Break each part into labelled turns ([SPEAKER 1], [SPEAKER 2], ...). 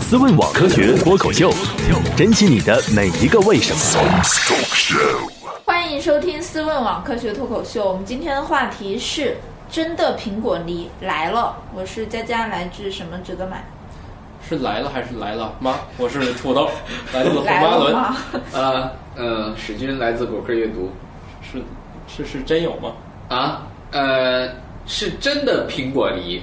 [SPEAKER 1] 思问网科学脱口秀，珍惜你的每一个为什么。
[SPEAKER 2] 欢迎收听思问网科学脱口秀。我们今天的话题是真的苹果梨来了。我是佳佳，来自什么值得买？
[SPEAKER 3] 是来了还是来了妈？我是 土豆，来自红
[SPEAKER 2] 来
[SPEAKER 3] 巴
[SPEAKER 2] 了
[SPEAKER 3] 伦。
[SPEAKER 2] 吗？
[SPEAKER 4] 呃呃，史军来自果壳阅读
[SPEAKER 3] 是是是真有吗？
[SPEAKER 4] 啊，呃，是真的苹果梨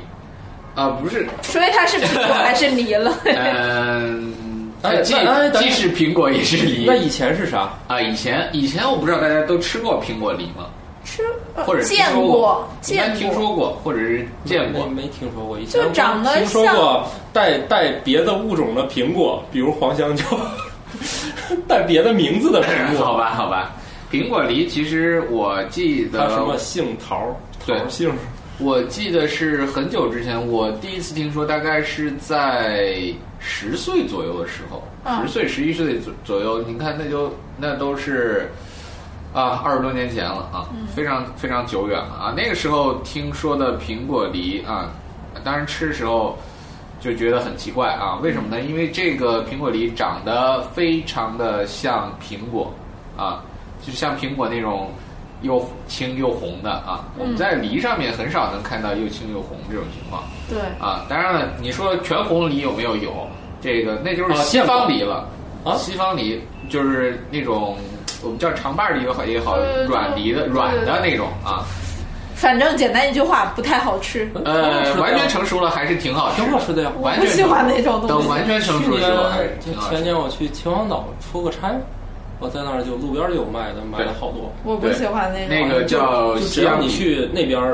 [SPEAKER 4] 啊，不是，
[SPEAKER 2] 说明它是苹果还是梨 了？
[SPEAKER 4] 嗯、
[SPEAKER 3] 哎
[SPEAKER 4] 呃，既
[SPEAKER 3] 那哎等一
[SPEAKER 4] 既
[SPEAKER 3] 下
[SPEAKER 4] 是苹果也是梨
[SPEAKER 3] 那以前是啥？
[SPEAKER 4] 啊。以前以前我不知道大家都吃过苹果梨吗？
[SPEAKER 2] 吃呃
[SPEAKER 4] 或者听
[SPEAKER 2] 见
[SPEAKER 4] 说
[SPEAKER 2] 过
[SPEAKER 4] 应该
[SPEAKER 2] 见
[SPEAKER 4] 听
[SPEAKER 2] 过，
[SPEAKER 4] 说过，或者是 见过。
[SPEAKER 3] 没没听说过。以前
[SPEAKER 2] 就长得
[SPEAKER 3] 我听说
[SPEAKER 2] 像
[SPEAKER 3] 过带带别的物种的苹果，比如黄香蕉， 带别的名字的苹
[SPEAKER 4] 哎好
[SPEAKER 3] 果，
[SPEAKER 4] 吧，好吧，苹果梨其实我记
[SPEAKER 3] 还有什么
[SPEAKER 4] 得，
[SPEAKER 3] 杏桃、
[SPEAKER 4] 对
[SPEAKER 3] 桃杏，
[SPEAKER 4] 我记得是很久之前，我第一次听说，大概是在十岁左右的时候，
[SPEAKER 2] 嗯
[SPEAKER 4] 十岁、十一岁左左右。你看，那就那都是啊，二十多年前了啊，非常非常久远了啊。那个时候听说的苹果梨啊，当然吃的时候就觉得很奇怪啊，为什么呢？因为这个苹果梨长得非常的像苹果啊，就像苹果那种又青又红的啊。我
[SPEAKER 2] 嗯
[SPEAKER 4] 们在梨上面很少能看到又青又红这种情况
[SPEAKER 2] 对，
[SPEAKER 4] 啊。当然了，你说全红梨有没有有？这个那就是
[SPEAKER 3] 啊
[SPEAKER 4] 西
[SPEAKER 3] 见过
[SPEAKER 4] 方梨了
[SPEAKER 3] 啊
[SPEAKER 4] 西方梨就是那种我们叫长瓣梨也好也好
[SPEAKER 2] 对对，对
[SPEAKER 4] 软梨的
[SPEAKER 2] 对对
[SPEAKER 4] 软的
[SPEAKER 2] 对
[SPEAKER 4] 那种啊。
[SPEAKER 2] 反正简单一句话，不太好吃。
[SPEAKER 4] 呃，完全
[SPEAKER 3] 成
[SPEAKER 4] 成熟了还是挺好吃
[SPEAKER 3] 挺
[SPEAKER 4] 的，
[SPEAKER 3] 好吃的呀。
[SPEAKER 4] 完
[SPEAKER 2] 我
[SPEAKER 4] 全
[SPEAKER 2] 不喜欢那种东西
[SPEAKER 4] 等完全
[SPEAKER 3] 去
[SPEAKER 4] 成熟的时候还是
[SPEAKER 3] 年
[SPEAKER 4] 挺好吃的
[SPEAKER 3] 前年我去秦皇岛出个差，我在那儿就路边就有卖的，买了好多。
[SPEAKER 2] 我不
[SPEAKER 4] 对
[SPEAKER 2] 喜欢那种。
[SPEAKER 4] 那个叫
[SPEAKER 3] 就只
[SPEAKER 4] 西
[SPEAKER 3] 要
[SPEAKER 4] 洋梨
[SPEAKER 3] 你去那边儿，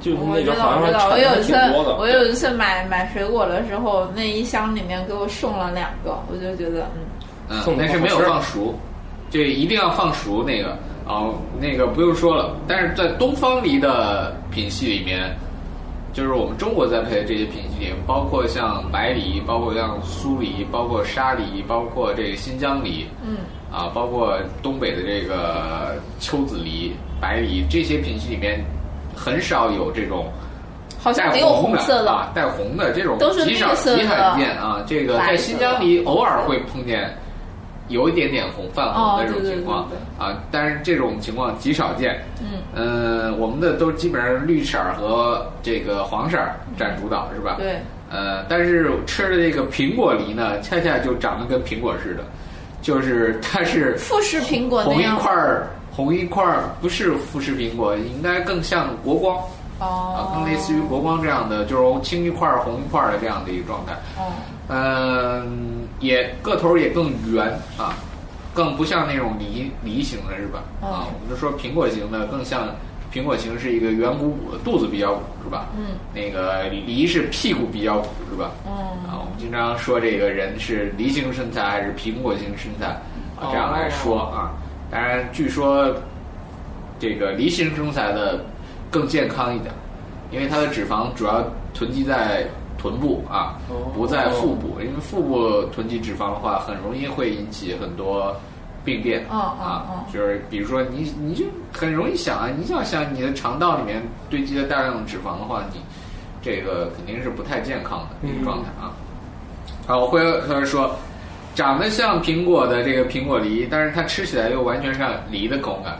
[SPEAKER 3] 就
[SPEAKER 2] 我
[SPEAKER 3] 那
[SPEAKER 2] 知
[SPEAKER 3] 边
[SPEAKER 2] 道，
[SPEAKER 3] 好
[SPEAKER 2] 我知
[SPEAKER 3] 像
[SPEAKER 2] 道。我
[SPEAKER 3] 产
[SPEAKER 2] 有
[SPEAKER 3] 的
[SPEAKER 2] 一次
[SPEAKER 3] 挺多，的。
[SPEAKER 2] 我有一次买买水果的时候，那一箱里面给我送了两个，我就觉得，嗯，
[SPEAKER 4] 嗯
[SPEAKER 3] 送，的
[SPEAKER 4] 但是
[SPEAKER 3] 不好
[SPEAKER 4] 没有
[SPEAKER 3] 吃
[SPEAKER 4] 放熟，这一定要放熟那个哦，那个不用说了。但是在东方梨的品系里面，就是我们中国栽培的这些品系里面，包括像白梨，包括像苏梨，包括沙梨，包括这个新疆梨，
[SPEAKER 2] 嗯，
[SPEAKER 4] 啊，包括东北的这个秋子梨、白梨这些品系里面，很少有这种
[SPEAKER 2] 好像
[SPEAKER 4] 带
[SPEAKER 2] 只有
[SPEAKER 4] 红
[SPEAKER 2] 红色的
[SPEAKER 4] 啊，带红的这种
[SPEAKER 2] 都是
[SPEAKER 4] 极少
[SPEAKER 2] 绿色的
[SPEAKER 4] 极罕见啊。这个
[SPEAKER 2] 白色的
[SPEAKER 4] 在新疆里偶尔会碰见有一点点红泛红的这种情况、
[SPEAKER 2] 哦对对
[SPEAKER 4] 啊，但是这种情况极少见。
[SPEAKER 2] 嗯，
[SPEAKER 4] 呃，我们的都基本上绿色儿和这个黄色儿占主导，是吧？。
[SPEAKER 2] 对，
[SPEAKER 4] 呃，但是吃的这个苹果梨呢，恰恰就长得跟苹果似的，就是它是
[SPEAKER 2] 富士苹果那
[SPEAKER 4] 红一
[SPEAKER 2] 样
[SPEAKER 4] 块儿，红一块儿不是富士苹果，应该更像国光。啊
[SPEAKER 2] 哦，，
[SPEAKER 4] 更类似于国光这样的，就是青一块儿红一块儿的这样的一个状态。
[SPEAKER 2] 哦，
[SPEAKER 4] 嗯，也个头儿也更圆啊，更不像那种梨梨形的是吧？
[SPEAKER 2] 嗯
[SPEAKER 4] 啊，我们就说苹果形的更像苹果形是一个圆鼓鼓的，肚子比较鼓是吧？
[SPEAKER 2] 嗯，
[SPEAKER 4] 那个梨是屁股比较鼓是吧？
[SPEAKER 2] 嗯，
[SPEAKER 4] 啊，我们经常说这个人是梨形身材还是苹果形身材啊，这样
[SPEAKER 3] 哦
[SPEAKER 4] 来
[SPEAKER 3] 哎
[SPEAKER 4] 说啊。当然，据说这个梨形身材的更健康一点，因为它的脂肪主要囤积在臀部啊
[SPEAKER 3] 哦，
[SPEAKER 4] 不在腹部，因为腹部囤积脂肪的话，很容易会引起很多病变
[SPEAKER 3] 哦
[SPEAKER 2] 嗯嗯
[SPEAKER 4] 啊
[SPEAKER 2] 嗯。
[SPEAKER 4] 就是比如说你，你就很容易想啊，你要想你的肠道里面堆积了大量的脂肪的话，你这个肯定是不太健康的一个状态啊。啊，我会他说，长得像苹果的这个苹果梨，但是它吃起来又完全像梨的口感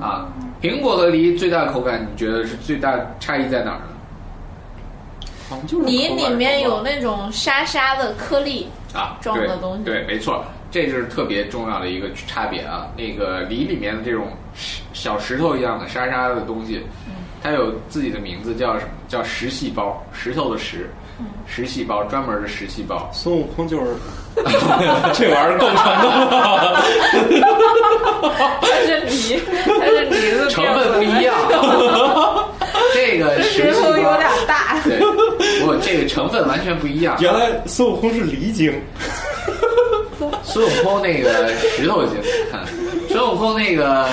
[SPEAKER 4] 啊。苹果和梨最大的口感，你觉得是最大差异在哪儿呢？
[SPEAKER 3] 好像就是
[SPEAKER 2] 梨
[SPEAKER 3] 口
[SPEAKER 2] 里
[SPEAKER 3] 感
[SPEAKER 2] 面
[SPEAKER 3] 是吧
[SPEAKER 2] 有那种沙沙的颗粒，
[SPEAKER 4] 啊，
[SPEAKER 2] 撞
[SPEAKER 4] 对
[SPEAKER 2] 的东西
[SPEAKER 4] 对，没错，这就是特别重要的一个差别啊。那个梨里面的这种石小石头一样的沙沙的东西，
[SPEAKER 2] 嗯
[SPEAKER 4] 它有自己的名字叫什么？叫石细胞，石头的石，
[SPEAKER 2] 嗯
[SPEAKER 4] 石细胞专门的石细胞。
[SPEAKER 3] 孙悟空就是这玩意儿够传统了。
[SPEAKER 2] 它是梨，它是梨子
[SPEAKER 4] 成分不 一样，这个啊
[SPEAKER 2] 石
[SPEAKER 4] 石细
[SPEAKER 2] 头有
[SPEAKER 4] 胞
[SPEAKER 2] 点大。
[SPEAKER 4] 对，不，这个成分完全不一样。
[SPEAKER 3] 原来孙悟空是梨精，
[SPEAKER 4] 孙悟空那个石头精，孙悟空那个，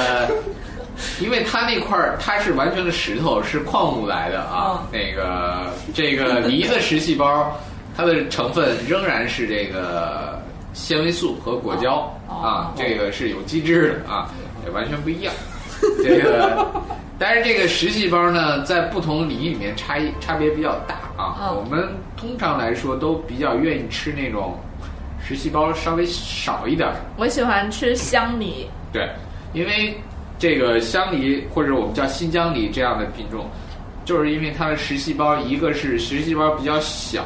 [SPEAKER 4] 因为他那块儿它是完全的石头，是矿物来的啊。那个这个梨的石细胞，它的成分仍然是这个纤维素和果胶
[SPEAKER 2] 哦哦
[SPEAKER 4] 啊，这个是有机制的啊，也完全不一样。这个但是这个实际包呢，在不同领域里面差异差别比较大啊。
[SPEAKER 2] 嗯
[SPEAKER 4] 我们通常来说都比较愿意吃那种实际包稍微少一点儿，
[SPEAKER 2] 我喜欢吃香梨，
[SPEAKER 4] 对，因为这个香梨或者我们叫新疆梨这样的品种，就是因为它的实细胞，一个是实细胞比较小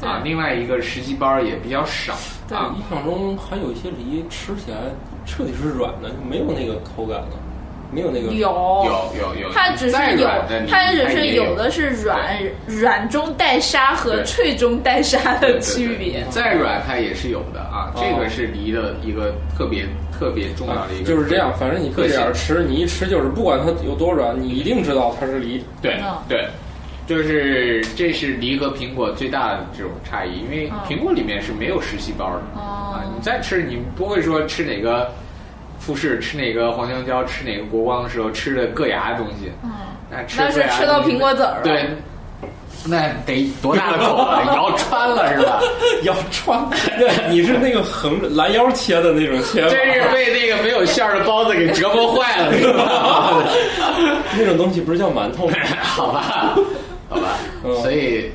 [SPEAKER 4] 啊，
[SPEAKER 2] 对
[SPEAKER 4] 另外一个实细胞也比较少
[SPEAKER 2] 对
[SPEAKER 4] 啊。
[SPEAKER 3] 印象中还有一些梨吃起来彻底是软的，没有那个口感了，没有那个。
[SPEAKER 4] 有
[SPEAKER 2] 有。
[SPEAKER 4] 有有，
[SPEAKER 2] 它只
[SPEAKER 4] 再
[SPEAKER 2] 是有
[SPEAKER 4] 软的梨，
[SPEAKER 2] 它只是
[SPEAKER 4] 也
[SPEAKER 2] 有的是软软中带沙和
[SPEAKER 4] 对
[SPEAKER 2] 脆中带沙
[SPEAKER 4] 对
[SPEAKER 2] 的
[SPEAKER 4] 对
[SPEAKER 2] 区别 哦
[SPEAKER 4] 对。再软它也是有的啊。这个是梨的一个特别特别重要
[SPEAKER 3] 啊
[SPEAKER 4] 的一个，
[SPEAKER 3] 就是这样，反正你不
[SPEAKER 4] 特性
[SPEAKER 3] 点儿吃，你一吃就是，不管它有多软，你一定知道它是梨。
[SPEAKER 4] 对
[SPEAKER 2] 嗯
[SPEAKER 4] 对，就是这是梨和苹果最大的这种差异，因为
[SPEAKER 2] 嗯
[SPEAKER 4] 苹果里面是没有实细胞的、
[SPEAKER 2] 哦
[SPEAKER 4] 啊。你再吃，你不会说吃哪个富士、吃哪个黄香蕉、吃哪个国光的时候吃的硌牙的东西，
[SPEAKER 2] 嗯，
[SPEAKER 4] 那吃
[SPEAKER 2] 那是
[SPEAKER 4] 硌牙
[SPEAKER 2] 吃到
[SPEAKER 4] 的东西
[SPEAKER 2] 苹果籽儿了
[SPEAKER 4] 对。那得多大的口啊！ 咬穿了是吧？
[SPEAKER 3] 要穿，对，你是那个横着拦腰切的那种切法，
[SPEAKER 4] 真是 被那个没有馅儿的包子给折磨坏了，是吧？
[SPEAKER 3] 那种东西不是叫馒 头吗？
[SPEAKER 4] 好吧，好吧
[SPEAKER 3] 嗯，
[SPEAKER 4] 所以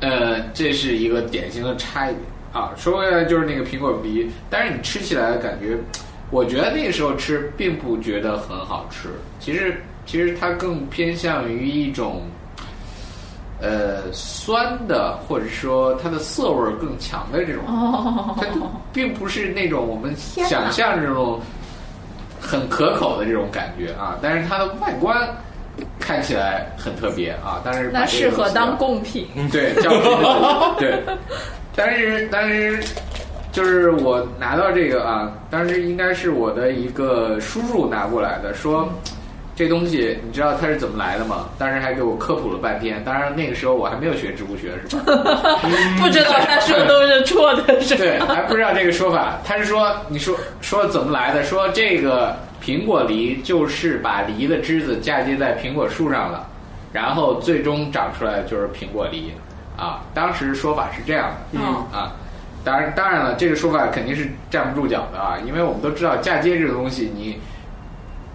[SPEAKER 4] 呃，这是一个典型的差异啊。说回来就是那个苹果梨，但是你吃起来的感觉，我觉得那个时候吃并不觉得很好吃，其实其实它更偏向于一种。呃，酸的，或者说它的涩味儿更强的这种，
[SPEAKER 2] 哦
[SPEAKER 4] 它，并不是那种我们
[SPEAKER 2] 哪
[SPEAKER 4] 想象这种很可口的这种感觉啊，但是它的外观看起来很特别啊，但是
[SPEAKER 2] 那
[SPEAKER 4] 把这
[SPEAKER 2] 适
[SPEAKER 4] 个东
[SPEAKER 2] 合
[SPEAKER 4] 西
[SPEAKER 2] 当
[SPEAKER 4] 啊
[SPEAKER 2] 贡品。
[SPEAKER 4] 对叫品 对，但是但是就是我拿到这个啊，当时应该是我的一个叔叔拿过来的，说。这东西你知道它是怎么来的吗？当时还给我科普了半天。当然那个时候我还没有学植物学，是吧？
[SPEAKER 2] 不知道他说都是错的，是
[SPEAKER 4] 嗯对，
[SPEAKER 2] 吧？
[SPEAKER 4] 还不知道这个说法。他是说，你说说怎么来的？说这个苹果梨就是把梨的枝子嫁接在苹果树上了，然后最终长出来的就是苹果梨啊。当时说法是这样
[SPEAKER 2] 嗯
[SPEAKER 4] 的，啊，当然当然了，这个说法肯定是站不住脚的啊，因为我们都知道嫁接这个东西，你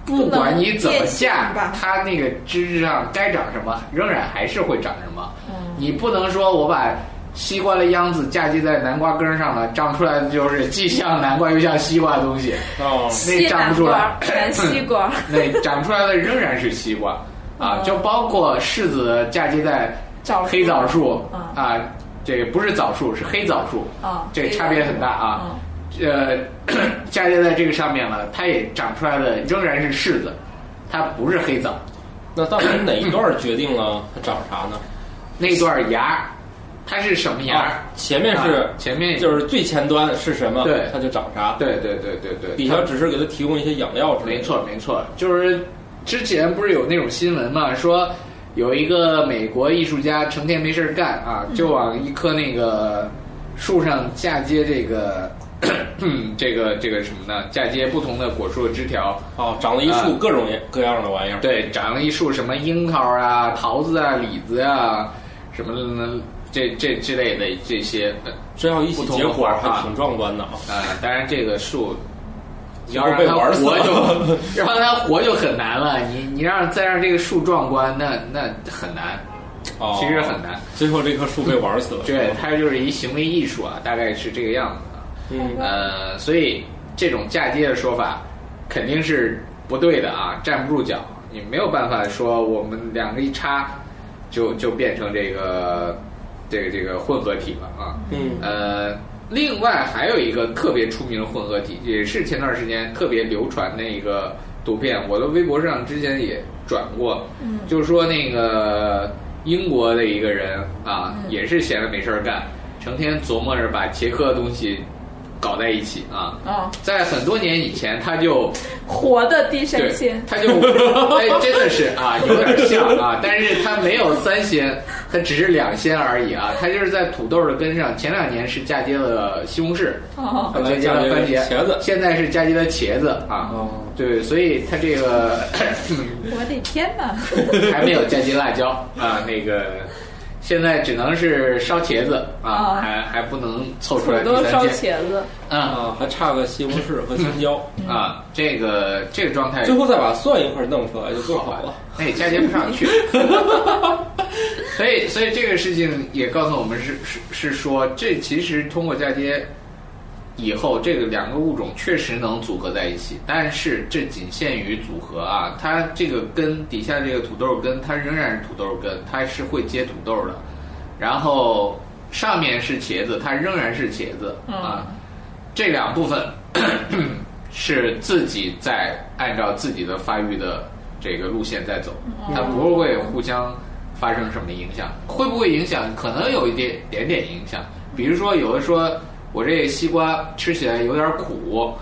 [SPEAKER 4] 不管你怎么
[SPEAKER 2] 不能变性
[SPEAKER 4] 嫁
[SPEAKER 2] 吧，
[SPEAKER 4] 它那个枝上该长什么，仍然还是会长什么。
[SPEAKER 2] 嗯
[SPEAKER 4] 你不能说我把西瓜的秧子嫁接在南瓜根上了，长出来的就是既像南瓜又像西瓜的 东西，
[SPEAKER 3] 哦，
[SPEAKER 4] 那
[SPEAKER 2] 西
[SPEAKER 4] 长
[SPEAKER 2] 南
[SPEAKER 4] 不出
[SPEAKER 2] 瓜
[SPEAKER 4] 来，。
[SPEAKER 2] 南西瓜，
[SPEAKER 4] 那长出来的仍然是西瓜啊，
[SPEAKER 2] 嗯
[SPEAKER 4] 就包括柿子嫁接在
[SPEAKER 2] 枣
[SPEAKER 4] 黑枣树
[SPEAKER 2] 嗯
[SPEAKER 4] 啊，这个不是枣树是黑枣树
[SPEAKER 2] 啊，
[SPEAKER 4] 这个差别很大啊。
[SPEAKER 2] 嗯
[SPEAKER 4] 呃， 嫁接在这个上面了，它也长出来的仍然是柿子，它不是黑枣。
[SPEAKER 3] 那到底哪一段决定了它长啥呢？
[SPEAKER 4] 那段芽，它是什么芽？
[SPEAKER 3] 啊前面是
[SPEAKER 4] 嗯啊前面
[SPEAKER 3] 就是最前端是什么，
[SPEAKER 4] 对
[SPEAKER 3] 它就长啥。
[SPEAKER 4] 对对对对对，
[SPEAKER 3] 底下只是给它提供一些养料之类的。
[SPEAKER 4] 没，错，没错，就是之前不是有那种新闻嘛，说有一个美国艺术家成天没事儿干啊，就
[SPEAKER 3] 嗯
[SPEAKER 4] 往一棵那个树上嫁接这个 这个这个什么呢？嫁接不同的果树的枝条，
[SPEAKER 3] 哦，长了一束
[SPEAKER 4] 啊
[SPEAKER 3] 各种各样的玩意儿。
[SPEAKER 4] 对，长了一树什么樱桃啊、桃子啊、李子啊，什么的这这之类的这些的
[SPEAKER 3] 真要一起结
[SPEAKER 4] 不同
[SPEAKER 3] 果
[SPEAKER 4] 的花
[SPEAKER 3] 还挺壮观的啊！
[SPEAKER 4] 啊、当然这个树。你
[SPEAKER 3] 结
[SPEAKER 4] 要
[SPEAKER 3] 果
[SPEAKER 4] 让
[SPEAKER 3] 被
[SPEAKER 4] 它
[SPEAKER 3] 玩死
[SPEAKER 4] 活就
[SPEAKER 3] 了。
[SPEAKER 4] 让它活就很难了，你你让再让这个树壮观，那那很难，
[SPEAKER 3] 哦，
[SPEAKER 4] 其实很难。
[SPEAKER 3] 最后这棵树被玩死了。
[SPEAKER 4] 对，它就是一行为艺术啊，大概是这个样子
[SPEAKER 3] 嗯
[SPEAKER 4] 的。呃，所以这种嫁接的说法肯定是不对的啊，站不住脚。你没有办法说我们两个一插就就变成这个这个这个混合体了啊。
[SPEAKER 3] 嗯，
[SPEAKER 4] 呃，另外还有一个特别出名的混合体，也是前段时间特别流传的一个图片，我的微博上之前也转过，
[SPEAKER 2] 嗯
[SPEAKER 4] 就是说那个英国的一个人啊，也是闲着没事儿干，成天琢磨着把捷克的东西搞在一起啊。
[SPEAKER 2] 嗯，
[SPEAKER 4] 在很多年以前，他就
[SPEAKER 2] 活的地
[SPEAKER 4] 对
[SPEAKER 2] 三鲜，，
[SPEAKER 4] 他就哎，真的是啊，有点像啊，但是他没有三鲜，他只是两鲜而已啊，他就是在土豆的根上，前两年是嫁接了西红柿，
[SPEAKER 2] 哦，
[SPEAKER 4] 嫁接了番茄，
[SPEAKER 3] 啊茄子
[SPEAKER 4] 现在是嫁接了茄子啊，
[SPEAKER 3] 哦
[SPEAKER 4] 对，所以他这个
[SPEAKER 2] 我的天哪！
[SPEAKER 4] 还没有嫁接辣椒啊，那个现在只能是烧茄子啊，
[SPEAKER 2] 啊
[SPEAKER 4] 还还不能凑出来
[SPEAKER 2] 土
[SPEAKER 4] 第
[SPEAKER 2] 豆
[SPEAKER 4] 三
[SPEAKER 2] 烧
[SPEAKER 4] 件
[SPEAKER 2] 茄子，
[SPEAKER 4] 啊
[SPEAKER 3] 啊，还差个西红柿和青 椒，
[SPEAKER 4] 啊，这个这个状态
[SPEAKER 3] 最后再把蒜一块儿弄出来就更好了。
[SPEAKER 4] 那也嫁接不上 去。所以，所以这个事情也告诉我们是是是说，这其实通过嫁接以后，这个两个物种确实能组合在一起，但是这仅限于组合啊。它这个根底下这个土豆根，它仍然是土豆根，它是会结土豆的。然后上面是茄子，它仍然是茄子啊。这两部分是自己在按照自己的发育的这个路线在走，它不会互相发生什么影响。会不会影响？可能有一点点点影响。比如说，有的说我这西瓜吃起来有点苦，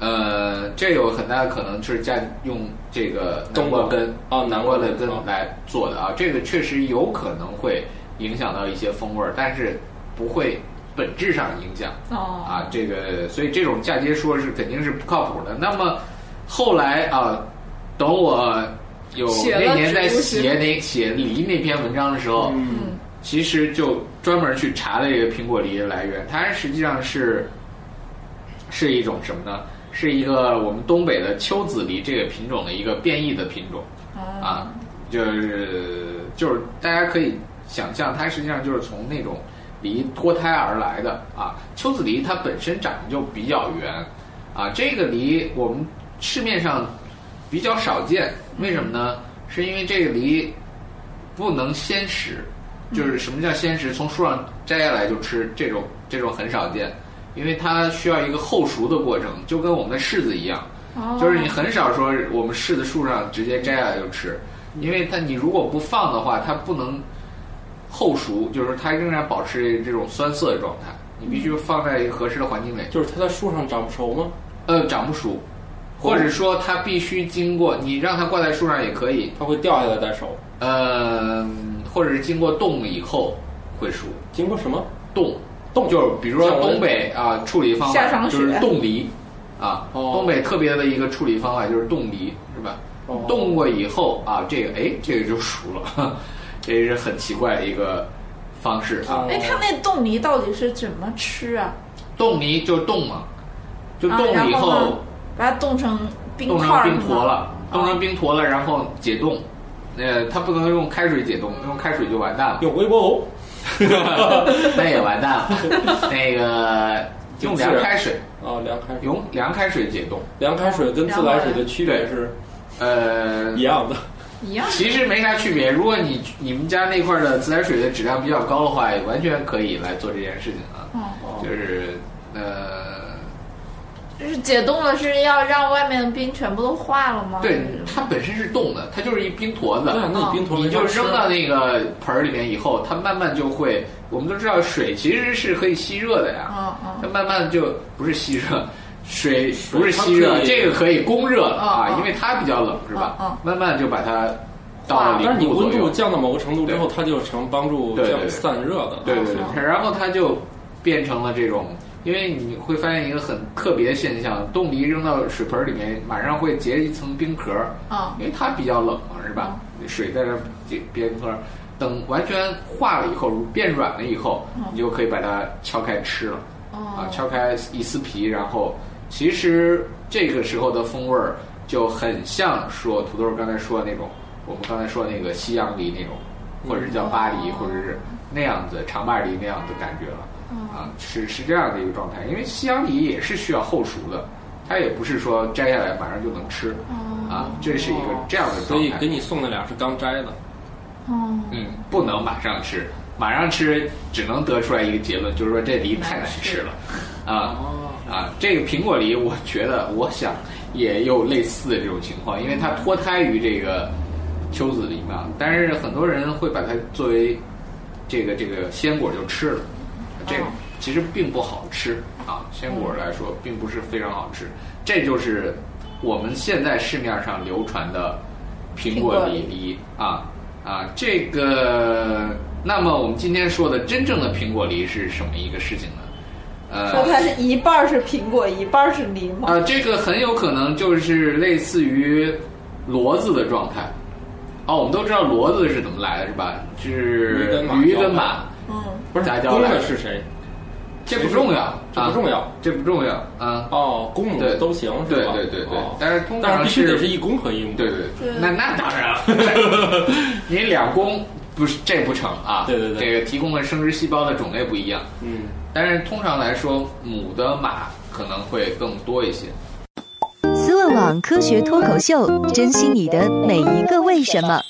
[SPEAKER 4] 呃，这有很大的可能就是加用这个南瓜根
[SPEAKER 3] 哦南
[SPEAKER 4] 南
[SPEAKER 3] 瓜
[SPEAKER 4] 瓜
[SPEAKER 3] 根
[SPEAKER 4] 的根
[SPEAKER 3] 哦
[SPEAKER 4] 来做的啊，这个确实有可能会影响到一些风味儿，但是不会本质上影响。
[SPEAKER 2] 哦，
[SPEAKER 4] 啊，这个所以这种嫁接说是肯定是不靠谱的。那么后来啊，等我有
[SPEAKER 2] 写了
[SPEAKER 4] 那年在
[SPEAKER 2] 植物学
[SPEAKER 4] 写那写梨那篇文章的时候，
[SPEAKER 3] 嗯，
[SPEAKER 4] 其实就专门去查了这个苹果梨的来源，它实际上是是一种什么呢？是一个我们东北的秋子梨这个品种的一个变异的品种。
[SPEAKER 2] 啊，
[SPEAKER 4] 啊，就是就是大家可以想象，它实际上就是从那种梨脱胎而来的啊。秋子梨它本身长得就比较圆啊，这个梨我们市面上比较少见，为什么呢？是因为这个梨不能鲜食，就是什么叫鲜食？从树上摘下来就吃，这种这种很少见，因为它需要一个后熟的过程，就跟我们的柿子一样。
[SPEAKER 2] 哦
[SPEAKER 4] 就是你很少说我们柿子树上直接摘下来就吃，因为它你如果不放的话，它不能后熟，就是它仍然保持这种酸涩的状态，你必须放在一个合适的环境内。
[SPEAKER 3] 就是它在树上长不熟吗？
[SPEAKER 4] 呃，长不熟，或者说它必须经过你让它挂在树上也可以，
[SPEAKER 3] 它会掉下来再熟。
[SPEAKER 4] 呃，或者是经过冻以后会熟。
[SPEAKER 3] 经过什么？
[SPEAKER 4] 冻
[SPEAKER 3] 冻
[SPEAKER 4] 就是比如说
[SPEAKER 3] 像我们
[SPEAKER 4] 东北啊处理方
[SPEAKER 2] 夏
[SPEAKER 4] 法
[SPEAKER 2] 赏雪
[SPEAKER 4] 就是冻梨啊，
[SPEAKER 3] 哦
[SPEAKER 4] 东北特别的一个处理方法就是冻梨是吧？
[SPEAKER 3] 哦
[SPEAKER 4] 冻过以后啊，这个哎这个就熟了，这是很奇怪的一个方式啊。
[SPEAKER 2] 哎，他那冻梨到底是怎么吃啊？
[SPEAKER 4] 冻梨就冻嘛，就冻
[SPEAKER 2] 啊
[SPEAKER 4] 了以
[SPEAKER 2] 然后呢
[SPEAKER 4] 后
[SPEAKER 2] 把它冻成冰
[SPEAKER 4] 冻
[SPEAKER 2] 块
[SPEAKER 4] 成
[SPEAKER 2] 儿
[SPEAKER 4] 冰
[SPEAKER 2] 是
[SPEAKER 4] 坨
[SPEAKER 2] 吗
[SPEAKER 4] 了，冻成冰坨了，然后解冻。呃，它不能用开水解冻，用开水就完蛋了。
[SPEAKER 3] 用微波炉。
[SPEAKER 4] 那也完蛋 了。那个用凉开水，
[SPEAKER 3] 啊，凉开水，
[SPEAKER 4] 用凉开水解冻。
[SPEAKER 3] 凉开水跟自来水的区别是
[SPEAKER 4] 呃
[SPEAKER 3] 一，样的。
[SPEAKER 2] 一样。
[SPEAKER 4] 其实没啥区别。如果你你们家那块儿的自来水的质量比较高的话，也完全可以来做这件事情啊。
[SPEAKER 2] 哦，
[SPEAKER 3] 哦
[SPEAKER 4] 就是呃，
[SPEAKER 2] 就是解冻了，是要让外面的冰全部都化了吗？
[SPEAKER 4] 对
[SPEAKER 2] 还是，
[SPEAKER 4] 它本身是冻的，它就是一冰坨子
[SPEAKER 3] 对。啊，那你冰坨
[SPEAKER 4] 你就
[SPEAKER 3] 没法吃
[SPEAKER 4] 扔到那个盆儿里面以后，它慢慢就会，我们都知道水其实是可以吸热的呀，
[SPEAKER 2] 嗯嗯
[SPEAKER 4] 它慢慢就不是吸热，水不是吸热
[SPEAKER 3] 它，可以
[SPEAKER 4] 这个可以供热了
[SPEAKER 2] 嗯
[SPEAKER 4] 啊，
[SPEAKER 2] 嗯
[SPEAKER 4] 因为它比较冷是
[SPEAKER 2] 嗯嗯
[SPEAKER 4] 吧？慢慢就把它到了
[SPEAKER 3] 啊但是
[SPEAKER 4] 零
[SPEAKER 3] 你
[SPEAKER 4] 度左
[SPEAKER 3] 温
[SPEAKER 4] 右
[SPEAKER 3] 度。降到某个程度之后，它就成帮助
[SPEAKER 4] 对
[SPEAKER 3] 这
[SPEAKER 4] 对
[SPEAKER 3] 样
[SPEAKER 4] 对
[SPEAKER 3] 散热的。
[SPEAKER 4] 对对
[SPEAKER 2] 啊
[SPEAKER 4] 对，然后它就变成了这种，因为你会发现一个很特别的现象，冻梨扔到水盆里面，马上会结一层冰壳，
[SPEAKER 2] 嗯
[SPEAKER 4] 因为它比较冷嘛，是吧？水在这儿结冰壳，等完全化了以后，变软了以后，你就可以把它敲开吃了。啊，
[SPEAKER 2] 哦，
[SPEAKER 4] 敲开一撕皮，然后其实这个时候的风味儿就很像说土豆刚才说的那种，我们刚才说的那个西洋梨那种，或者是叫巴黎，或者是那样子长巴黎那样的感觉了。啊，是是这样的一个状态，因为西洋梨也是需要后熟的，它也不是说摘下来马上就能吃。啊，这是一个这样的状态。
[SPEAKER 3] 哦所以给你送的俩是刚摘的。
[SPEAKER 2] 哦，
[SPEAKER 4] 嗯，不能马上吃，马上吃只能得出来一个结论，就是说这梨太难吃了，啊啊，这个苹果梨，我觉得我想也有类似的这种情况，因为它脱胎于这个秋子梨嘛，但是很多人会把它作为这个这个鲜果就吃了，这个
[SPEAKER 2] 哦
[SPEAKER 4] 其实并不好吃啊，鲜果来说并不是非常好吃，这就是我们现在市面上流传的苹果梨梨啊啊，这个，那么我们今天说的真正的苹果梨是什么一个事情呢？
[SPEAKER 2] 说
[SPEAKER 4] 呃
[SPEAKER 2] 它是一半儿是苹果，一半儿是梨吗？
[SPEAKER 4] 啊，这个很有可能就是类似于骡子的状态，哦，我们都知道骡子是怎么来的，是吧？是
[SPEAKER 3] 驴
[SPEAKER 4] 驴
[SPEAKER 3] 跟
[SPEAKER 4] 跟
[SPEAKER 3] 马
[SPEAKER 4] 马，
[SPEAKER 2] 嗯，
[SPEAKER 3] 不是
[SPEAKER 4] 杂交
[SPEAKER 3] 公
[SPEAKER 4] 来
[SPEAKER 3] 的
[SPEAKER 4] 的
[SPEAKER 3] 是谁？
[SPEAKER 4] 这不重要，
[SPEAKER 3] 这不重
[SPEAKER 4] 要，
[SPEAKER 3] 要。
[SPEAKER 4] 这不重要啊。
[SPEAKER 3] 哦，公母
[SPEAKER 4] 对
[SPEAKER 3] 都行是
[SPEAKER 4] 对
[SPEAKER 3] 吧？
[SPEAKER 4] 对对对
[SPEAKER 3] 哦，
[SPEAKER 4] 但是通
[SPEAKER 3] 但
[SPEAKER 4] 常
[SPEAKER 3] 是必须得是
[SPEAKER 4] 是，
[SPEAKER 3] 一公和一母。
[SPEAKER 4] 对对
[SPEAKER 2] 对
[SPEAKER 4] 那那当然了， 你两公不是这不成啊？
[SPEAKER 3] 对对对
[SPEAKER 4] 这个提供的生殖细胞的种类不一样，
[SPEAKER 3] 嗯，
[SPEAKER 4] 但是通常来说，母的马可能会更多一些。
[SPEAKER 5] 思问网科学脱口秀，珍惜你的每一个为什么。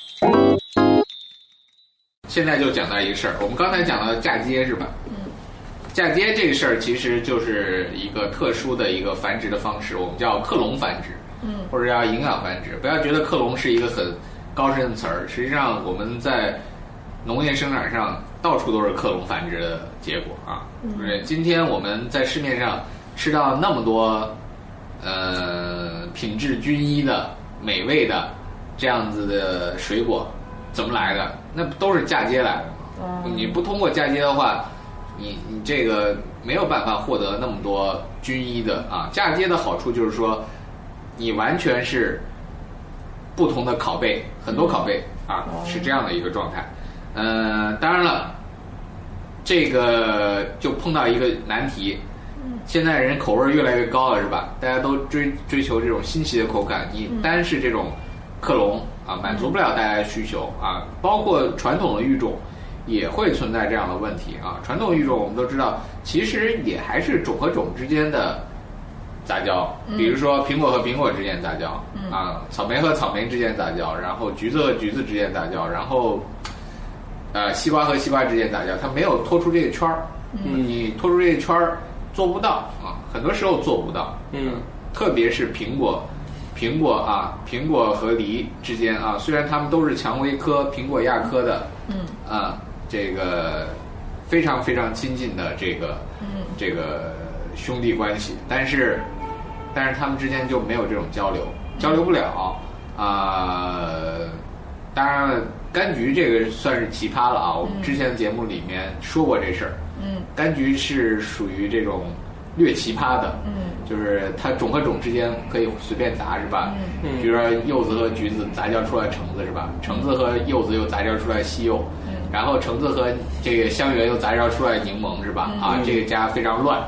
[SPEAKER 4] 现在就讲到一个事儿，我们刚才讲到嫁接是吧？嗯，嫁接这个事儿其实就是一个特殊的一个繁殖的方式，我们叫克隆繁殖，
[SPEAKER 2] 嗯，
[SPEAKER 4] 或者叫营养繁殖。不要觉得克隆是一个很高深的词儿，实际上我们在农业生产上到处都是克隆繁殖的结果啊。
[SPEAKER 2] 嗯
[SPEAKER 4] 对，今天我们在市面上吃到那么多呃品质均一的、美味的这样子的水果，怎么来的？那不都是嫁接来的吗？
[SPEAKER 2] 嗯
[SPEAKER 4] 你不通过嫁接的话，你你这个没有办法获得那么多均一的啊。嫁接的好处就是说，你完全是不同的拷贝，很多拷贝啊，是这样的一个状态。呃，当然了，这个就碰到一个难题。现在人口味越来越高了，是吧？大家都追追求这种新奇的口感，你单是这种克隆啊，满足不了大家的需求啊。包括传统的育种也会存在这样的问题啊。传统育种我们都知道，其实也还是种和种之间的杂交，比如说苹果和苹果之间杂交，啊，草莓和草莓之间杂交，然后橘子和橘子之间杂交，然后呃，西瓜和西瓜之间杂交，它没有脱出这个圈儿。
[SPEAKER 3] 嗯
[SPEAKER 4] 你脱出这个圈儿做不到啊，很多时候做不到。
[SPEAKER 3] 嗯，
[SPEAKER 4] 特别是苹果，苹果啊，苹果和梨之间啊，虽然它们都是蔷薇科苹果亚科的，嗯啊，这个非常非常亲近的这个，嗯，这个兄弟关系，但是但是他们之间就没有这种交流，交流不了啊、当然了，柑橘这个算是奇葩了啊，我们之前的节目里面说过这事儿。
[SPEAKER 2] 嗯，
[SPEAKER 4] 柑橘是属于这种略奇葩的，
[SPEAKER 2] 嗯，
[SPEAKER 4] 就是它种和种之间可以随便砸，是吧？
[SPEAKER 3] 嗯
[SPEAKER 4] 比如说柚子和橘子杂交出来橙子，是吧？橙子和柚子又杂交出来西柚，然后橙子和这个香橼又杂交出来柠檬，是吧？啊，这个家非常乱，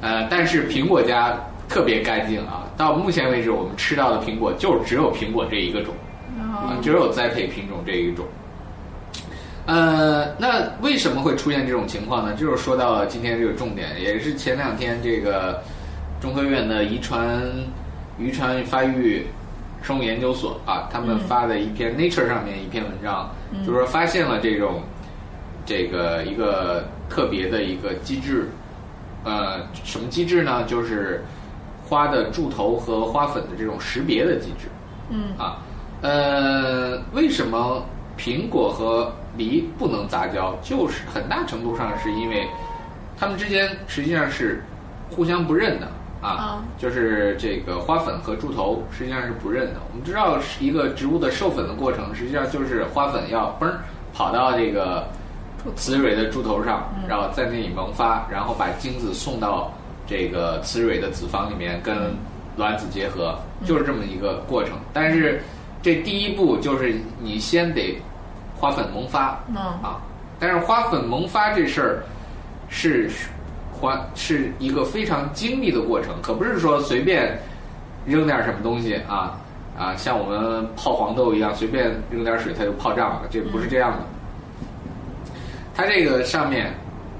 [SPEAKER 4] 呃，但是苹果家特别干净啊。到目前为止，我们吃到的苹果就只有苹果这一个种，啊，只有栽培品种这一种。呃，那为什么会出现这种情况呢？就是说到了今天这个重点，也是前两天这个中科院的遗传遗传发育生物研究所啊，他们发的一篇、Nature 上面一篇文章，就是说发现了这种这个一个特别的一个机制，呃，什么机制呢？就是花的柱头和花粉的这种识别的机制。
[SPEAKER 2] 嗯
[SPEAKER 4] 啊，呃，为什么苹果和梨不能杂交？就是很大程度上是因为它们之间实际上是互相不认的啊，
[SPEAKER 2] 啊
[SPEAKER 4] 就是这个花粉和柱头实际上是不认的。我们知道是一个植物的授粉的过程，实际上就是花粉要嘣儿跑到这个雌蕊的柱头上，然后在那里萌发，然后把精子送到这个雌蕊的子房里面跟卵子结合，就是这么一个过程。但是这第一步就是你先得花粉萌发
[SPEAKER 2] 嗯
[SPEAKER 4] 啊，但是花粉萌发这事儿是花是一个非常精密的过程，可不是说随便扔点什么东西啊啊，像我们泡黄豆一样，随便扔点水它就泡胀了，这不是这样的。它这个上面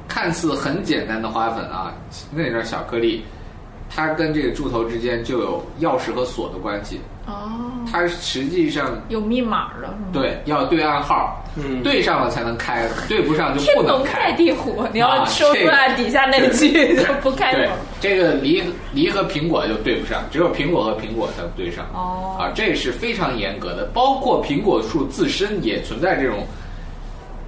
[SPEAKER 4] 看似很简单的花粉啊，那点小颗粒，它跟这个柱头之间就有钥匙和锁的关系。
[SPEAKER 2] 哦，
[SPEAKER 4] 它实际上
[SPEAKER 2] 有密码嗯的是吗？
[SPEAKER 4] 对要对暗号，
[SPEAKER 3] 嗯
[SPEAKER 4] 对上了才能开，对不上就
[SPEAKER 2] 天
[SPEAKER 4] 不能
[SPEAKER 2] 龙
[SPEAKER 4] 开
[SPEAKER 2] 盖。地虎，你要说出来底下那句 就不开
[SPEAKER 4] 啊对
[SPEAKER 2] 口。，
[SPEAKER 4] 这个梨梨和苹果就对不上，只有苹果和苹果才对上。
[SPEAKER 2] 哦
[SPEAKER 4] 啊，这是非常严格的，包括苹果树自身也存在这种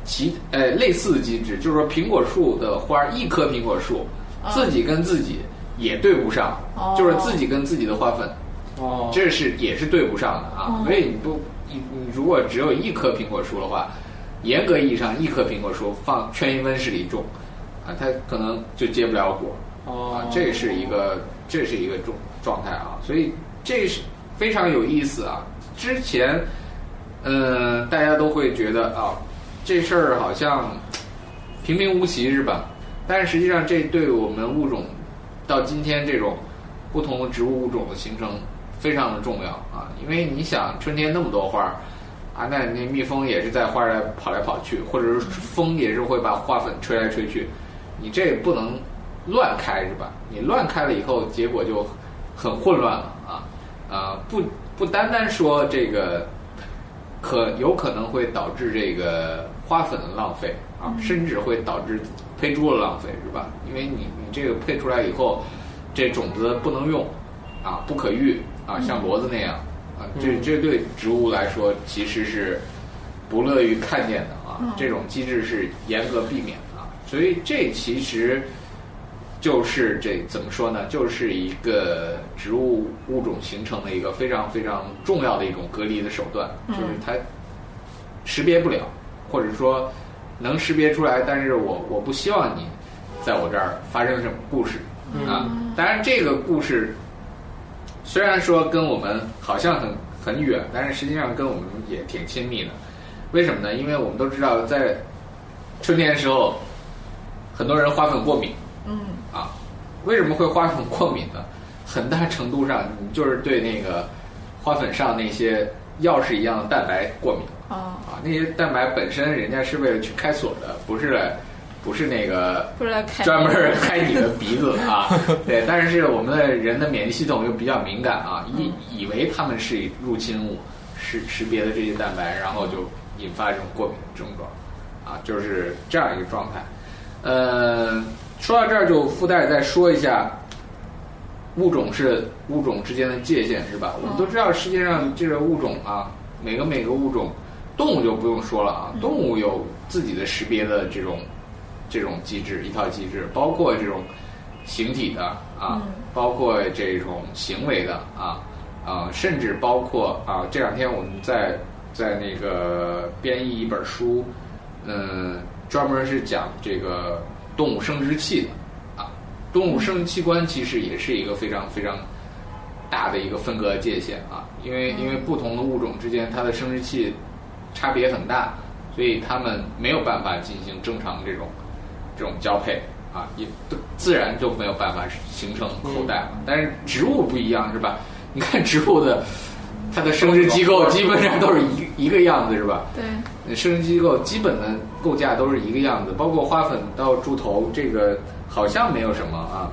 [SPEAKER 4] 其呃类似的机制，就是说苹果树的花儿，一棵苹果树自己跟自己也对不上，
[SPEAKER 2] 嗯哦
[SPEAKER 4] 就是自己跟自己的花粉，
[SPEAKER 3] 哦，
[SPEAKER 4] 这是也是对不上的啊。所以你不你你如果只有一棵苹果树的话，严格意义上一棵苹果树放圈一温室里种啊，它可能就结不了果。啊
[SPEAKER 3] 哦，，
[SPEAKER 4] 这是一个这是一个状状态啊，所以这是非常有意思啊。之前呃，大家都会觉得啊、这事儿好像平平无奇是吧？但是实际上，这对我们物种到今天这种不同的植物物种的形成非常的重要啊！因为你想，春天那么多花儿啊，那那蜜蜂也是在花儿上跑来跑去，或者是风也是会把花粉吹来吹去，你这不能乱开是吧？你乱开了以后，结果就很混乱了啊！啊，不不单单说这个可有可能会导致这个花粉的浪费啊，甚至会导致胚珠的浪费，是吧？因为你你这个配出来以后，这种子不能用啊，不可育啊，像骡子那样啊，这
[SPEAKER 3] 嗯
[SPEAKER 4] 这对植物来说其实是不乐于看见的
[SPEAKER 2] 嗯
[SPEAKER 4] 啊，这种机制是严格避免的啊，所以这其实。就是这怎么说呢？就是一个植物物种形成的一个非常非常重要的一种隔离的手段，
[SPEAKER 2] 嗯
[SPEAKER 4] 就是它识别不了，或者说能识别出来，但是我我不希望你在我这儿发生什么故事
[SPEAKER 2] 嗯
[SPEAKER 4] 啊。当然，这个故事虽然说跟我们好像很很远，但是实际上跟我们也挺亲密的。为什么呢？因为我们都知道，在春天的时候，很多人花粉过敏。
[SPEAKER 2] 嗯
[SPEAKER 4] 啊，为什么会花粉过敏呢？很大程度上，你就是对那个花粉上那些钥匙一样的蛋白过敏
[SPEAKER 2] 哦，
[SPEAKER 4] 啊。那些蛋白本身人家是为了去开锁的，不是来，不是那个
[SPEAKER 2] 不知道开
[SPEAKER 4] 专门儿开你的鼻子啊。对，但是我们的人的免疫系统又比较敏感啊，以以为它们是入侵物，识识别的这些蛋白，然后就引发这种过敏的症状，啊，就是这样一个状态。呃，说到这儿就附带再说一下。物种是物种之间的界限是吧？我们都知道世界上这个物种啊，每个每个物种，动物就不用说了啊，动物有自己的识别的这种这种机制，一套机制，包括这种形体的啊，
[SPEAKER 2] 嗯
[SPEAKER 4] 包括这种行为的啊，啊、甚至包括啊，这两天我们在在那个编译一本书，嗯、专门是讲这个动物生殖器的啊，动物生殖器官其实也是一个非常非常大的一个分隔界限啊，因为因为不同的物种之间它的生殖器差别很大，所以它们没有办法进行正常这种这种交配啊，也不自然就没有办法形成口袋了。但是植物不一样是吧？你看植物的它的生殖机构基本上都是一一个样子是吧？
[SPEAKER 2] 对，
[SPEAKER 4] 生殖机构基本的构架都是一个样子，包括花粉到猪头，这个好像没有什么啊，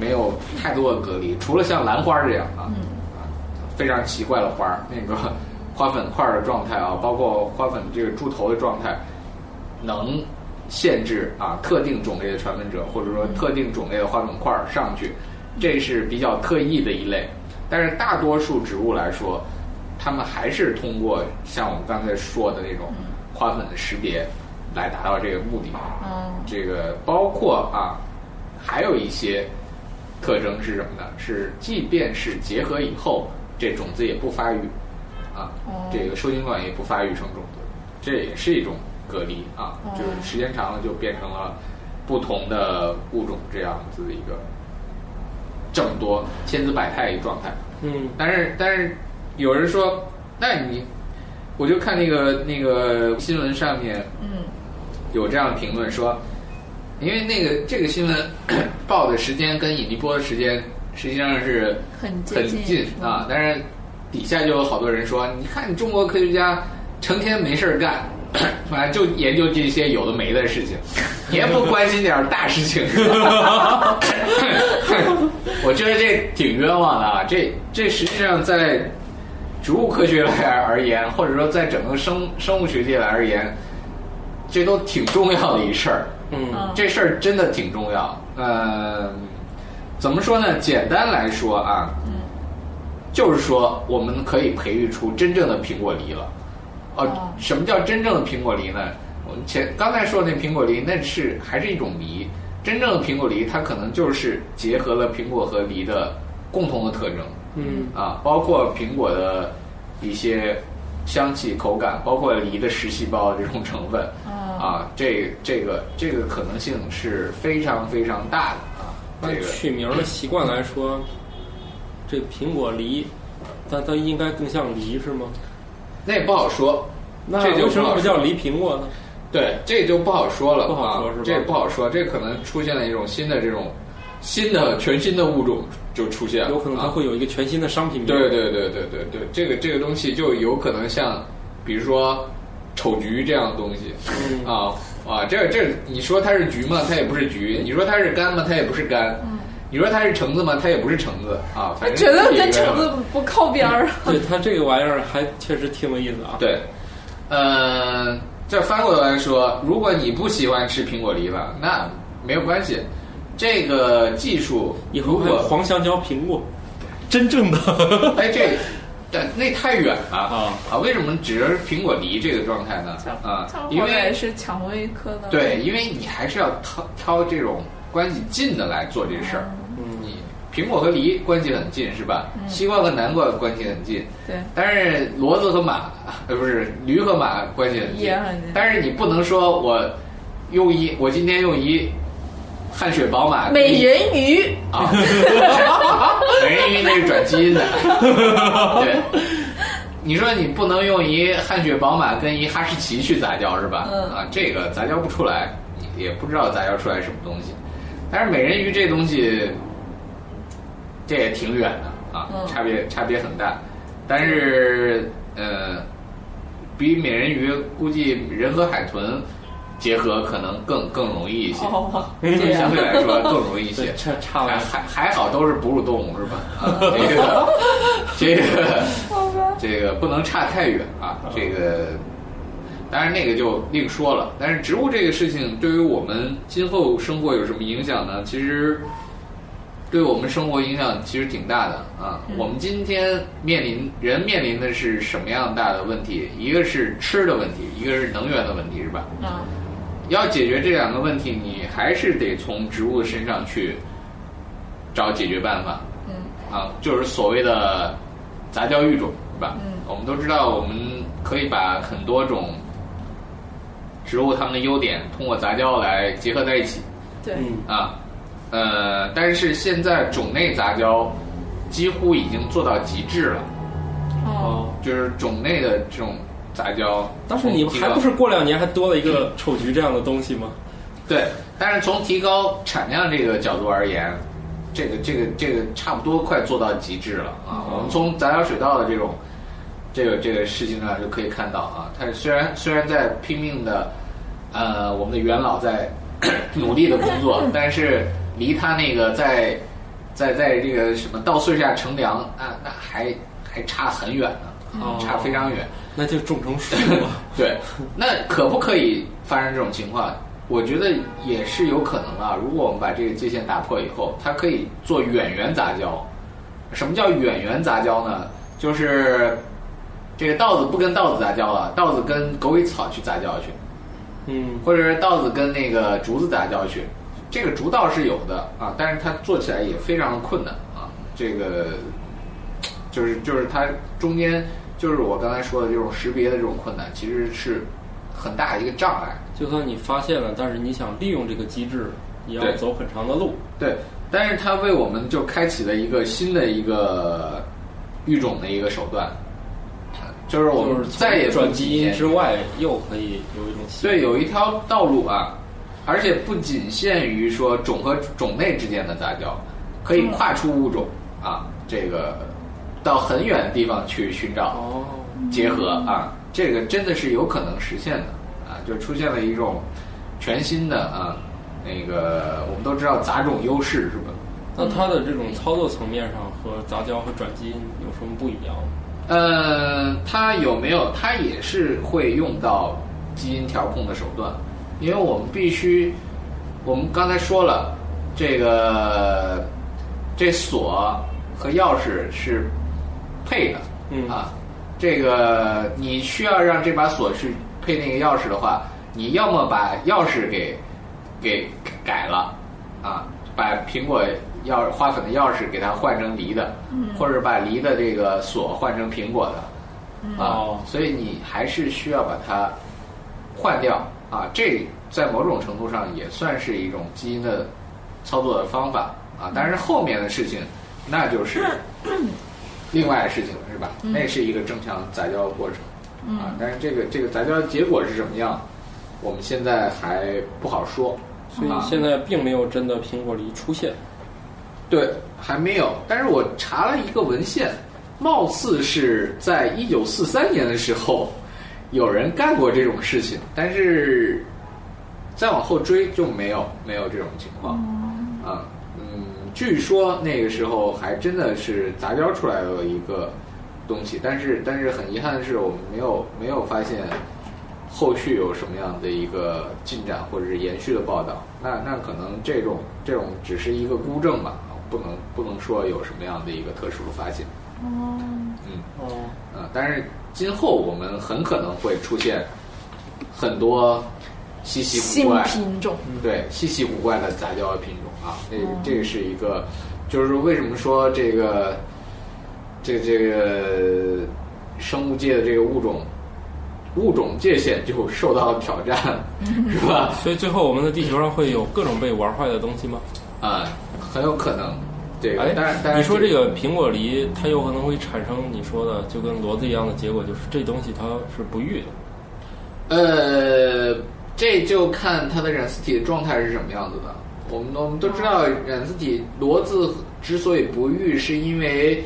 [SPEAKER 4] 没有太多的隔离，除了像兰花这样啊，啊非常奇怪的花儿，那个花粉块儿的状态啊，包括花粉这个猪头的状态，能限制啊特定种类的传粉者，或者说特定种类的花粉块儿上去，这是比较特异的一类。但是大多数植物来说，它们还是通过像我们刚才说的那种花粉的识别来达到这个目的。
[SPEAKER 2] 嗯
[SPEAKER 4] 这个包括啊，还有一些特征是什么呢？是即便是结合以后，这种子也不发育啊
[SPEAKER 2] 哦，
[SPEAKER 4] 这个受精卵也不发育成种子，这也是一种隔离啊
[SPEAKER 2] 哦，
[SPEAKER 4] 就是时间长了就变成了不同的物种这样子的一个这么多千姿百态一个状态。
[SPEAKER 3] 嗯
[SPEAKER 4] 但是但是有人说，那你我就看那个那个新闻上面
[SPEAKER 2] 嗯
[SPEAKER 4] 有这样的评论说，因为那个这个新闻 报的时间跟引力波的时间实际上是
[SPEAKER 2] 很接
[SPEAKER 4] 很
[SPEAKER 2] 近嗯
[SPEAKER 4] 近
[SPEAKER 2] 是吧
[SPEAKER 4] 啊，但是底下就有好多人说，你看中国科学家成天没事儿干，反正就研究这些有的没的事情，也不关心点儿大事情。 我觉得这挺冤枉的啊，这这实际上在植物科学来而言，或者说在整个生生物学界来而言，这都挺重要的一事儿。
[SPEAKER 3] 嗯
[SPEAKER 2] 嗯
[SPEAKER 4] 这事儿真的挺重要。呃，怎么说呢？简单来说啊，就是说我们可以培育出真正的苹果梨了。哦、
[SPEAKER 2] 哦
[SPEAKER 4] 什么叫真正的苹果梨呢？我们前刚才说那苹果梨，那是还是一种梨。真正的苹果梨，它可能就是结合了苹果和梨的共同的特征。
[SPEAKER 3] 嗯
[SPEAKER 4] 啊，包括苹果的一些香气、口感，包括梨的实细胞这种成分，
[SPEAKER 2] 哦
[SPEAKER 4] 啊，这这个这个可能性是非常非常大的啊，
[SPEAKER 3] 按
[SPEAKER 4] 这个
[SPEAKER 3] 取名的习惯来说，这苹果梨，它它应该更像梨是吗？
[SPEAKER 4] 那也不好说。
[SPEAKER 3] 那
[SPEAKER 4] 这就
[SPEAKER 3] 为什
[SPEAKER 4] 不
[SPEAKER 3] 么
[SPEAKER 4] 好
[SPEAKER 3] 不
[SPEAKER 4] 说
[SPEAKER 3] 叫梨苹果呢？
[SPEAKER 4] 对，这就不好说了，
[SPEAKER 3] 不好说
[SPEAKER 4] 啊
[SPEAKER 3] 是吧
[SPEAKER 4] 这不好说，这可能出现了一种新的这种新的全新的物种就出现了，
[SPEAKER 3] 有可能它
[SPEAKER 4] 啊
[SPEAKER 3] 会有一个全新的商品名。
[SPEAKER 4] 对对对对对对，这个这个东西就有可能像，比如说丑菊这样的东西
[SPEAKER 3] 嗯
[SPEAKER 4] 啊啊，这这你说它是菊吗？它也不是菊；你说它是柑吗？它也不是柑；你说它是橙子吗？它也不是橙子啊。
[SPEAKER 2] 嗯
[SPEAKER 4] 反正
[SPEAKER 2] 觉得
[SPEAKER 4] 就是一
[SPEAKER 2] 跟
[SPEAKER 4] 个
[SPEAKER 2] 橙子不靠边儿啊。
[SPEAKER 3] 对它这个玩意儿还确实挺有意思啊。
[SPEAKER 4] 对，呃，这翻过头来说，如果你不喜欢吃苹果梨吧，那没有关系。这个技术，
[SPEAKER 3] 以后
[SPEAKER 4] 如
[SPEAKER 3] 还有
[SPEAKER 4] 果
[SPEAKER 3] 黄香蕉苹果，嗯真正的
[SPEAKER 4] 哎，这但那太远了
[SPEAKER 3] 啊
[SPEAKER 4] 啊！为什么只是苹果梨这个状态呢？啊，因
[SPEAKER 2] 或者也
[SPEAKER 4] 为
[SPEAKER 2] 是蔷薇科的。
[SPEAKER 4] 对，因为你还是要挑挑这种关系近的来做这事儿。
[SPEAKER 2] 嗯
[SPEAKER 4] 你苹果和梨关系很近是吧？西瓜和南瓜关系很近，
[SPEAKER 2] 对，
[SPEAKER 4] 但是骡子和马，呃，不是驴和马关系很近
[SPEAKER 2] 也很近，
[SPEAKER 4] 但是你不能说我用一，我今天用一汗水宝马
[SPEAKER 2] 美人鱼
[SPEAKER 4] 啊， 美人鱼那是转基因的，对。你说你不能用一汗血宝马跟一哈士奇去杂交是吧？
[SPEAKER 2] 嗯
[SPEAKER 4] 啊，这个杂交不出来，也不知道杂交出来什么东西。但是美人鱼这东西，这也挺远的啊，
[SPEAKER 2] 嗯
[SPEAKER 4] 差别差别很大。但是呃，比美人鱼估计人和海豚结合可能更更容易一些，
[SPEAKER 2] 哦，
[SPEAKER 4] 就
[SPEAKER 2] 这
[SPEAKER 4] 相
[SPEAKER 2] 样
[SPEAKER 4] 对来啊说更容易一些
[SPEAKER 3] 对。差差
[SPEAKER 4] 还
[SPEAKER 3] 完
[SPEAKER 4] 还还好都是哺乳动物是吧？啊，这个这个
[SPEAKER 2] 好吧，
[SPEAKER 4] 这个不能差太远啊，这个当然那个就另说了。但是植物这个事情对于我们今后生活有什么影响呢？其实对我们生活影响其实挺大的啊。
[SPEAKER 2] 嗯
[SPEAKER 4] 我们今天面临人面临的是什么样大的问题？一个是吃的问题，一个是能源的问题，是吧？
[SPEAKER 2] 嗯，
[SPEAKER 4] 要解决这两个问题，你还是得从植物身上去找解决办法。
[SPEAKER 2] 嗯，
[SPEAKER 4] 啊，就是所谓的杂交育种，是吧？
[SPEAKER 2] 嗯，
[SPEAKER 4] 我们都知道，我们可以把很多种植物它们的优点通过杂交来结合在一起
[SPEAKER 2] 对，
[SPEAKER 3] 嗯，
[SPEAKER 4] 啊。呃，但是现在种类杂交几乎已经做到极致了，嗯
[SPEAKER 2] 哦，
[SPEAKER 3] 哦。
[SPEAKER 4] 就是种类的这种杂交。
[SPEAKER 3] 但是你
[SPEAKER 4] 从提
[SPEAKER 3] 还
[SPEAKER 4] 高
[SPEAKER 3] 不是过两年还多了一个丑菊这样的东西 吗？
[SPEAKER 4] 对，但是从提高产量这个角度而言，这个这个这个差不多快做到极致了啊！我们从杂交水稻的这种这个这个事情上就可以看到啊，它虽然虽然在拼命的呃，我们的元老在努力的工作，但是离他那个在在在这个什么稻穗下乘凉啊，那还还差很远呢，
[SPEAKER 3] 哦
[SPEAKER 4] 差非常远。
[SPEAKER 3] 那就种成树了。
[SPEAKER 4] 对，那可不可以发生这种情况？我觉得也是有可能啊。如果我们把这个界限打破以后，它可以做远缘杂交。什么叫远缘杂交呢？就是这个稻子不跟稻子杂交了，稻子跟狗尾草去杂交去，
[SPEAKER 3] 嗯，
[SPEAKER 4] 或者是稻子跟那个竹子杂交去。这个竹道是有的啊，但是它做起来也非常的困难啊。这个就是就是它中间就是我刚才说的这种识别的这种困难，其实是很大一个障碍。
[SPEAKER 3] 就算你发现了，但是你想利用这个机制，也要
[SPEAKER 4] 对
[SPEAKER 3] 走很长的路。
[SPEAKER 4] 对，但是它为我们就开启了一个新的一个育种的一个手段，就是我
[SPEAKER 3] 就
[SPEAKER 4] 们
[SPEAKER 3] 是
[SPEAKER 4] 再也
[SPEAKER 3] 从
[SPEAKER 4] 不
[SPEAKER 3] 转基因
[SPEAKER 4] 仅
[SPEAKER 3] 之外，又可以有一种新
[SPEAKER 4] 对，有一条道路啊，而且不仅限于说种和种类之间的杂交，可以跨出物种啊，这个到很远的地方去寻找
[SPEAKER 3] 哦，
[SPEAKER 4] 结合啊，这个真的是有可能实现的啊，就出现了一种全新的啊，那个我们都知道杂种优势是吧？
[SPEAKER 3] 那它的这种操作层面上和杂交和转基因有什么不一样？
[SPEAKER 4] 呃，它有没有？它也是会用到基因调控的手段，因为我们必须，我们刚才说了，这个这锁和钥匙是配的，
[SPEAKER 3] 嗯
[SPEAKER 4] 啊，这个你需要让这把锁去配那个钥匙的话，你要么把钥匙给给改了，啊，把苹果钥花粉的钥匙给它换成梨的，或者把梨的这个锁换成苹果的，
[SPEAKER 3] 哦
[SPEAKER 4] 啊，所以你还是需要把它换掉啊。这在某种程度上也算是一种基因的操作的方法啊。但是后面的事情，那就是另外的事情了，是吧？那是一个正常杂交的过程。啊，但是这个这个杂交结果是什么样，我们现在还不好说。
[SPEAKER 3] 所以
[SPEAKER 4] 啊
[SPEAKER 3] 现在并没有真的苹果梨出现。
[SPEAKER 4] 对，还没有。但是我查了一个文献，貌似是在一九四三年的时候，有人干过这种事情，但是再往后追就没有没有这种情况。啊，嗯，据说那个时候还真的是杂交出来了一个东西，但是但是很遗憾的是，我们没有没有发现后续有什么样的一个进展或者是延续的报道。那那可能这种这种只是一个孤证吧，不能不能说有什么样的一个特殊的发现。嗯
[SPEAKER 3] 哦，
[SPEAKER 4] 啊，但是今后我们很可能会出现很多稀奇
[SPEAKER 2] 新
[SPEAKER 4] 古怪
[SPEAKER 2] 品种，
[SPEAKER 4] 对，稀奇古怪的杂交品种啊，这这个是一个，就是说为什么说这个，这这个生物界的这个物种物种界限就受到挑战， 是吧？
[SPEAKER 3] 所以最后我们的地球上会有各种被玩坏的东西吗？
[SPEAKER 4] 啊、很有可能，这个
[SPEAKER 3] 哎，
[SPEAKER 4] 当然，当然
[SPEAKER 3] 你说这个苹果梨，它有可能会产生你说的就跟骡子一样的结果，就是这东西它是不育的。
[SPEAKER 4] 呃，这就看它的染色体的状态是什么样子的。我们我们都知道，染色体骡子之所以不育，是因为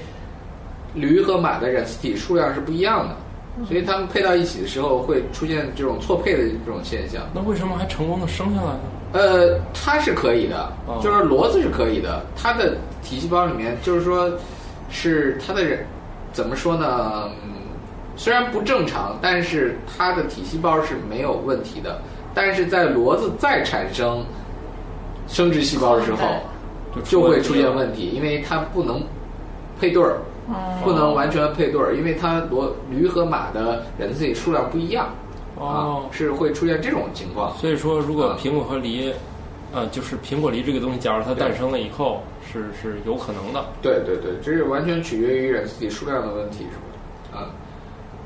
[SPEAKER 4] 驴和马的染色体数量是不一样的，所以它们配到一起的时候会出现这种错配的这种现象。
[SPEAKER 3] 那为什么还成功的生下来呢？
[SPEAKER 4] 呃，它是可以的
[SPEAKER 3] 哦，
[SPEAKER 4] 就是骡子是可以的，它的体细胞里面就是说，是它的人怎么说呢？嗯，虽然不正常，但是它的体细胞是没有问题的。但是在骡子再产生生殖细胞的时候，就会出现问
[SPEAKER 3] 题。
[SPEAKER 4] 题，因为它不能配对儿，
[SPEAKER 2] 嗯
[SPEAKER 3] 哦
[SPEAKER 4] 不能完全配对儿，因为它骡驴和马的人自己数量不一样啊
[SPEAKER 3] 哦，，
[SPEAKER 4] 是会出现这种情况。
[SPEAKER 3] 所以说，如果
[SPEAKER 4] 啊
[SPEAKER 3] 苹果和梨，呃，就是苹果梨这个东西，假如它诞生了以后，是是有可能的。
[SPEAKER 4] 对对对，这是完全取决于染色体数量的问题，是吧？啊、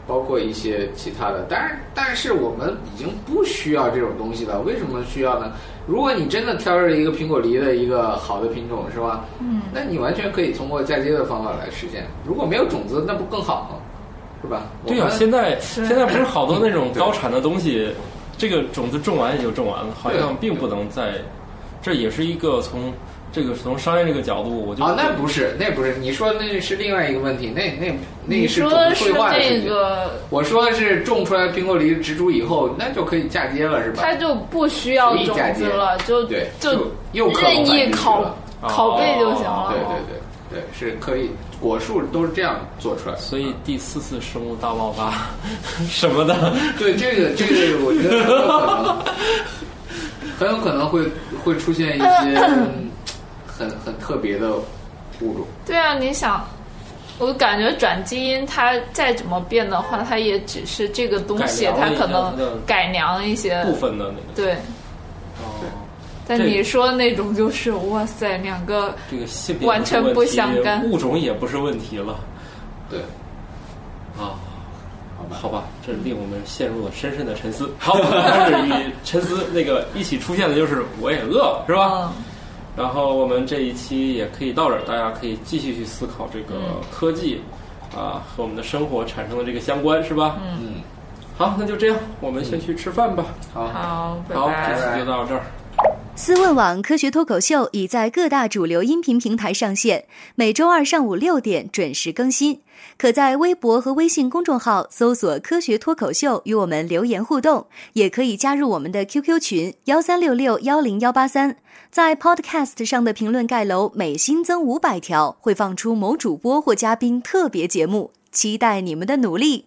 [SPEAKER 4] 包括一些其他的，但是但是我们已经不需要这种东西了，为什么需要呢？如果你真的挑着一个苹果梨的一个好的品种，是吧？嗯，那你完全可以通过嫁接的方法来实现。如果没有种子，那不更好吗？是吧？
[SPEAKER 3] 对
[SPEAKER 4] 我
[SPEAKER 3] 呀、
[SPEAKER 4] 们
[SPEAKER 3] 现在现在不是好多那种
[SPEAKER 4] 啊对
[SPEAKER 3] 高产的东西，这个种子种完也就种完了，好像
[SPEAKER 4] 对
[SPEAKER 3] 并不能再。这也是一个从这个从商业这个角度，我就
[SPEAKER 4] 啊、那不是，那不是，你说那是另外一个问题，那那那
[SPEAKER 2] 你
[SPEAKER 4] 是种
[SPEAKER 2] 说
[SPEAKER 4] 子
[SPEAKER 2] 是
[SPEAKER 4] 退化的事
[SPEAKER 2] 那
[SPEAKER 4] 情。
[SPEAKER 2] 个，
[SPEAKER 4] 我说是种出来苹果梨植株以后，那就可以嫁接了，是吧？
[SPEAKER 2] 它就不需要种子了，就
[SPEAKER 4] 对，
[SPEAKER 2] 就
[SPEAKER 4] 又克隆
[SPEAKER 2] 任
[SPEAKER 4] 繁
[SPEAKER 2] 意
[SPEAKER 4] 殖
[SPEAKER 2] 拷
[SPEAKER 4] 了
[SPEAKER 3] 哦
[SPEAKER 2] 拷贝就行了。
[SPEAKER 4] 对对对对，是可以，果树都是这样做出来的。
[SPEAKER 3] 所以第四次生物大爆发什么的，
[SPEAKER 4] 对 这个这个，我觉得很有可能，很有可能会会出现一些嗯很很特别的物种。
[SPEAKER 2] 对啊，你想，我感觉转基因它再怎么变的话，它也只是这个东西，
[SPEAKER 3] 改良
[SPEAKER 2] 它
[SPEAKER 3] 了一下
[SPEAKER 2] 可
[SPEAKER 3] 它的
[SPEAKER 2] 能改良一些。
[SPEAKER 3] 部分的那个。
[SPEAKER 2] 对，
[SPEAKER 3] 哦，
[SPEAKER 2] 但
[SPEAKER 3] 这
[SPEAKER 2] 你说那种就是哇塞，两个
[SPEAKER 3] 这个性别
[SPEAKER 2] 完全
[SPEAKER 3] 是问
[SPEAKER 2] 不
[SPEAKER 3] 题
[SPEAKER 2] 相干
[SPEAKER 3] 物种也不是问题了
[SPEAKER 4] 对，
[SPEAKER 3] 啊。
[SPEAKER 4] 好吧，
[SPEAKER 3] 好吧，这令我们陷入了深深的沉思。好，但是与沉思那个一起出现的就是我也饿了，是吧？
[SPEAKER 2] 嗯，
[SPEAKER 3] 然后我们这一期也可以到这儿，大家可以继续去思考这个
[SPEAKER 2] 嗯
[SPEAKER 3] 科技啊和我们的生活产生的这个相关，是吧？
[SPEAKER 4] 嗯，
[SPEAKER 3] 好，那就这样，我们先去吃饭吧。
[SPEAKER 4] 好。
[SPEAKER 2] 好，拜
[SPEAKER 3] 好，
[SPEAKER 2] 拜
[SPEAKER 3] 这。期就到这儿。
[SPEAKER 5] 思问网科学脱口秀已在各大主流音频平台上线，每周二上午六点准时更新。可在微博和微信公众号搜索“科学脱口秀”与我们留言互动，也可以加入我们的 QQ 群幺三六六幺零幺八三。在 Podcast 上的评论盖楼每新增五百条，会放出某主播或嘉宾特别节目，期待你们的努力。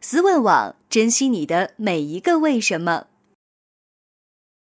[SPEAKER 5] 思问网，珍惜你的每一个为什么。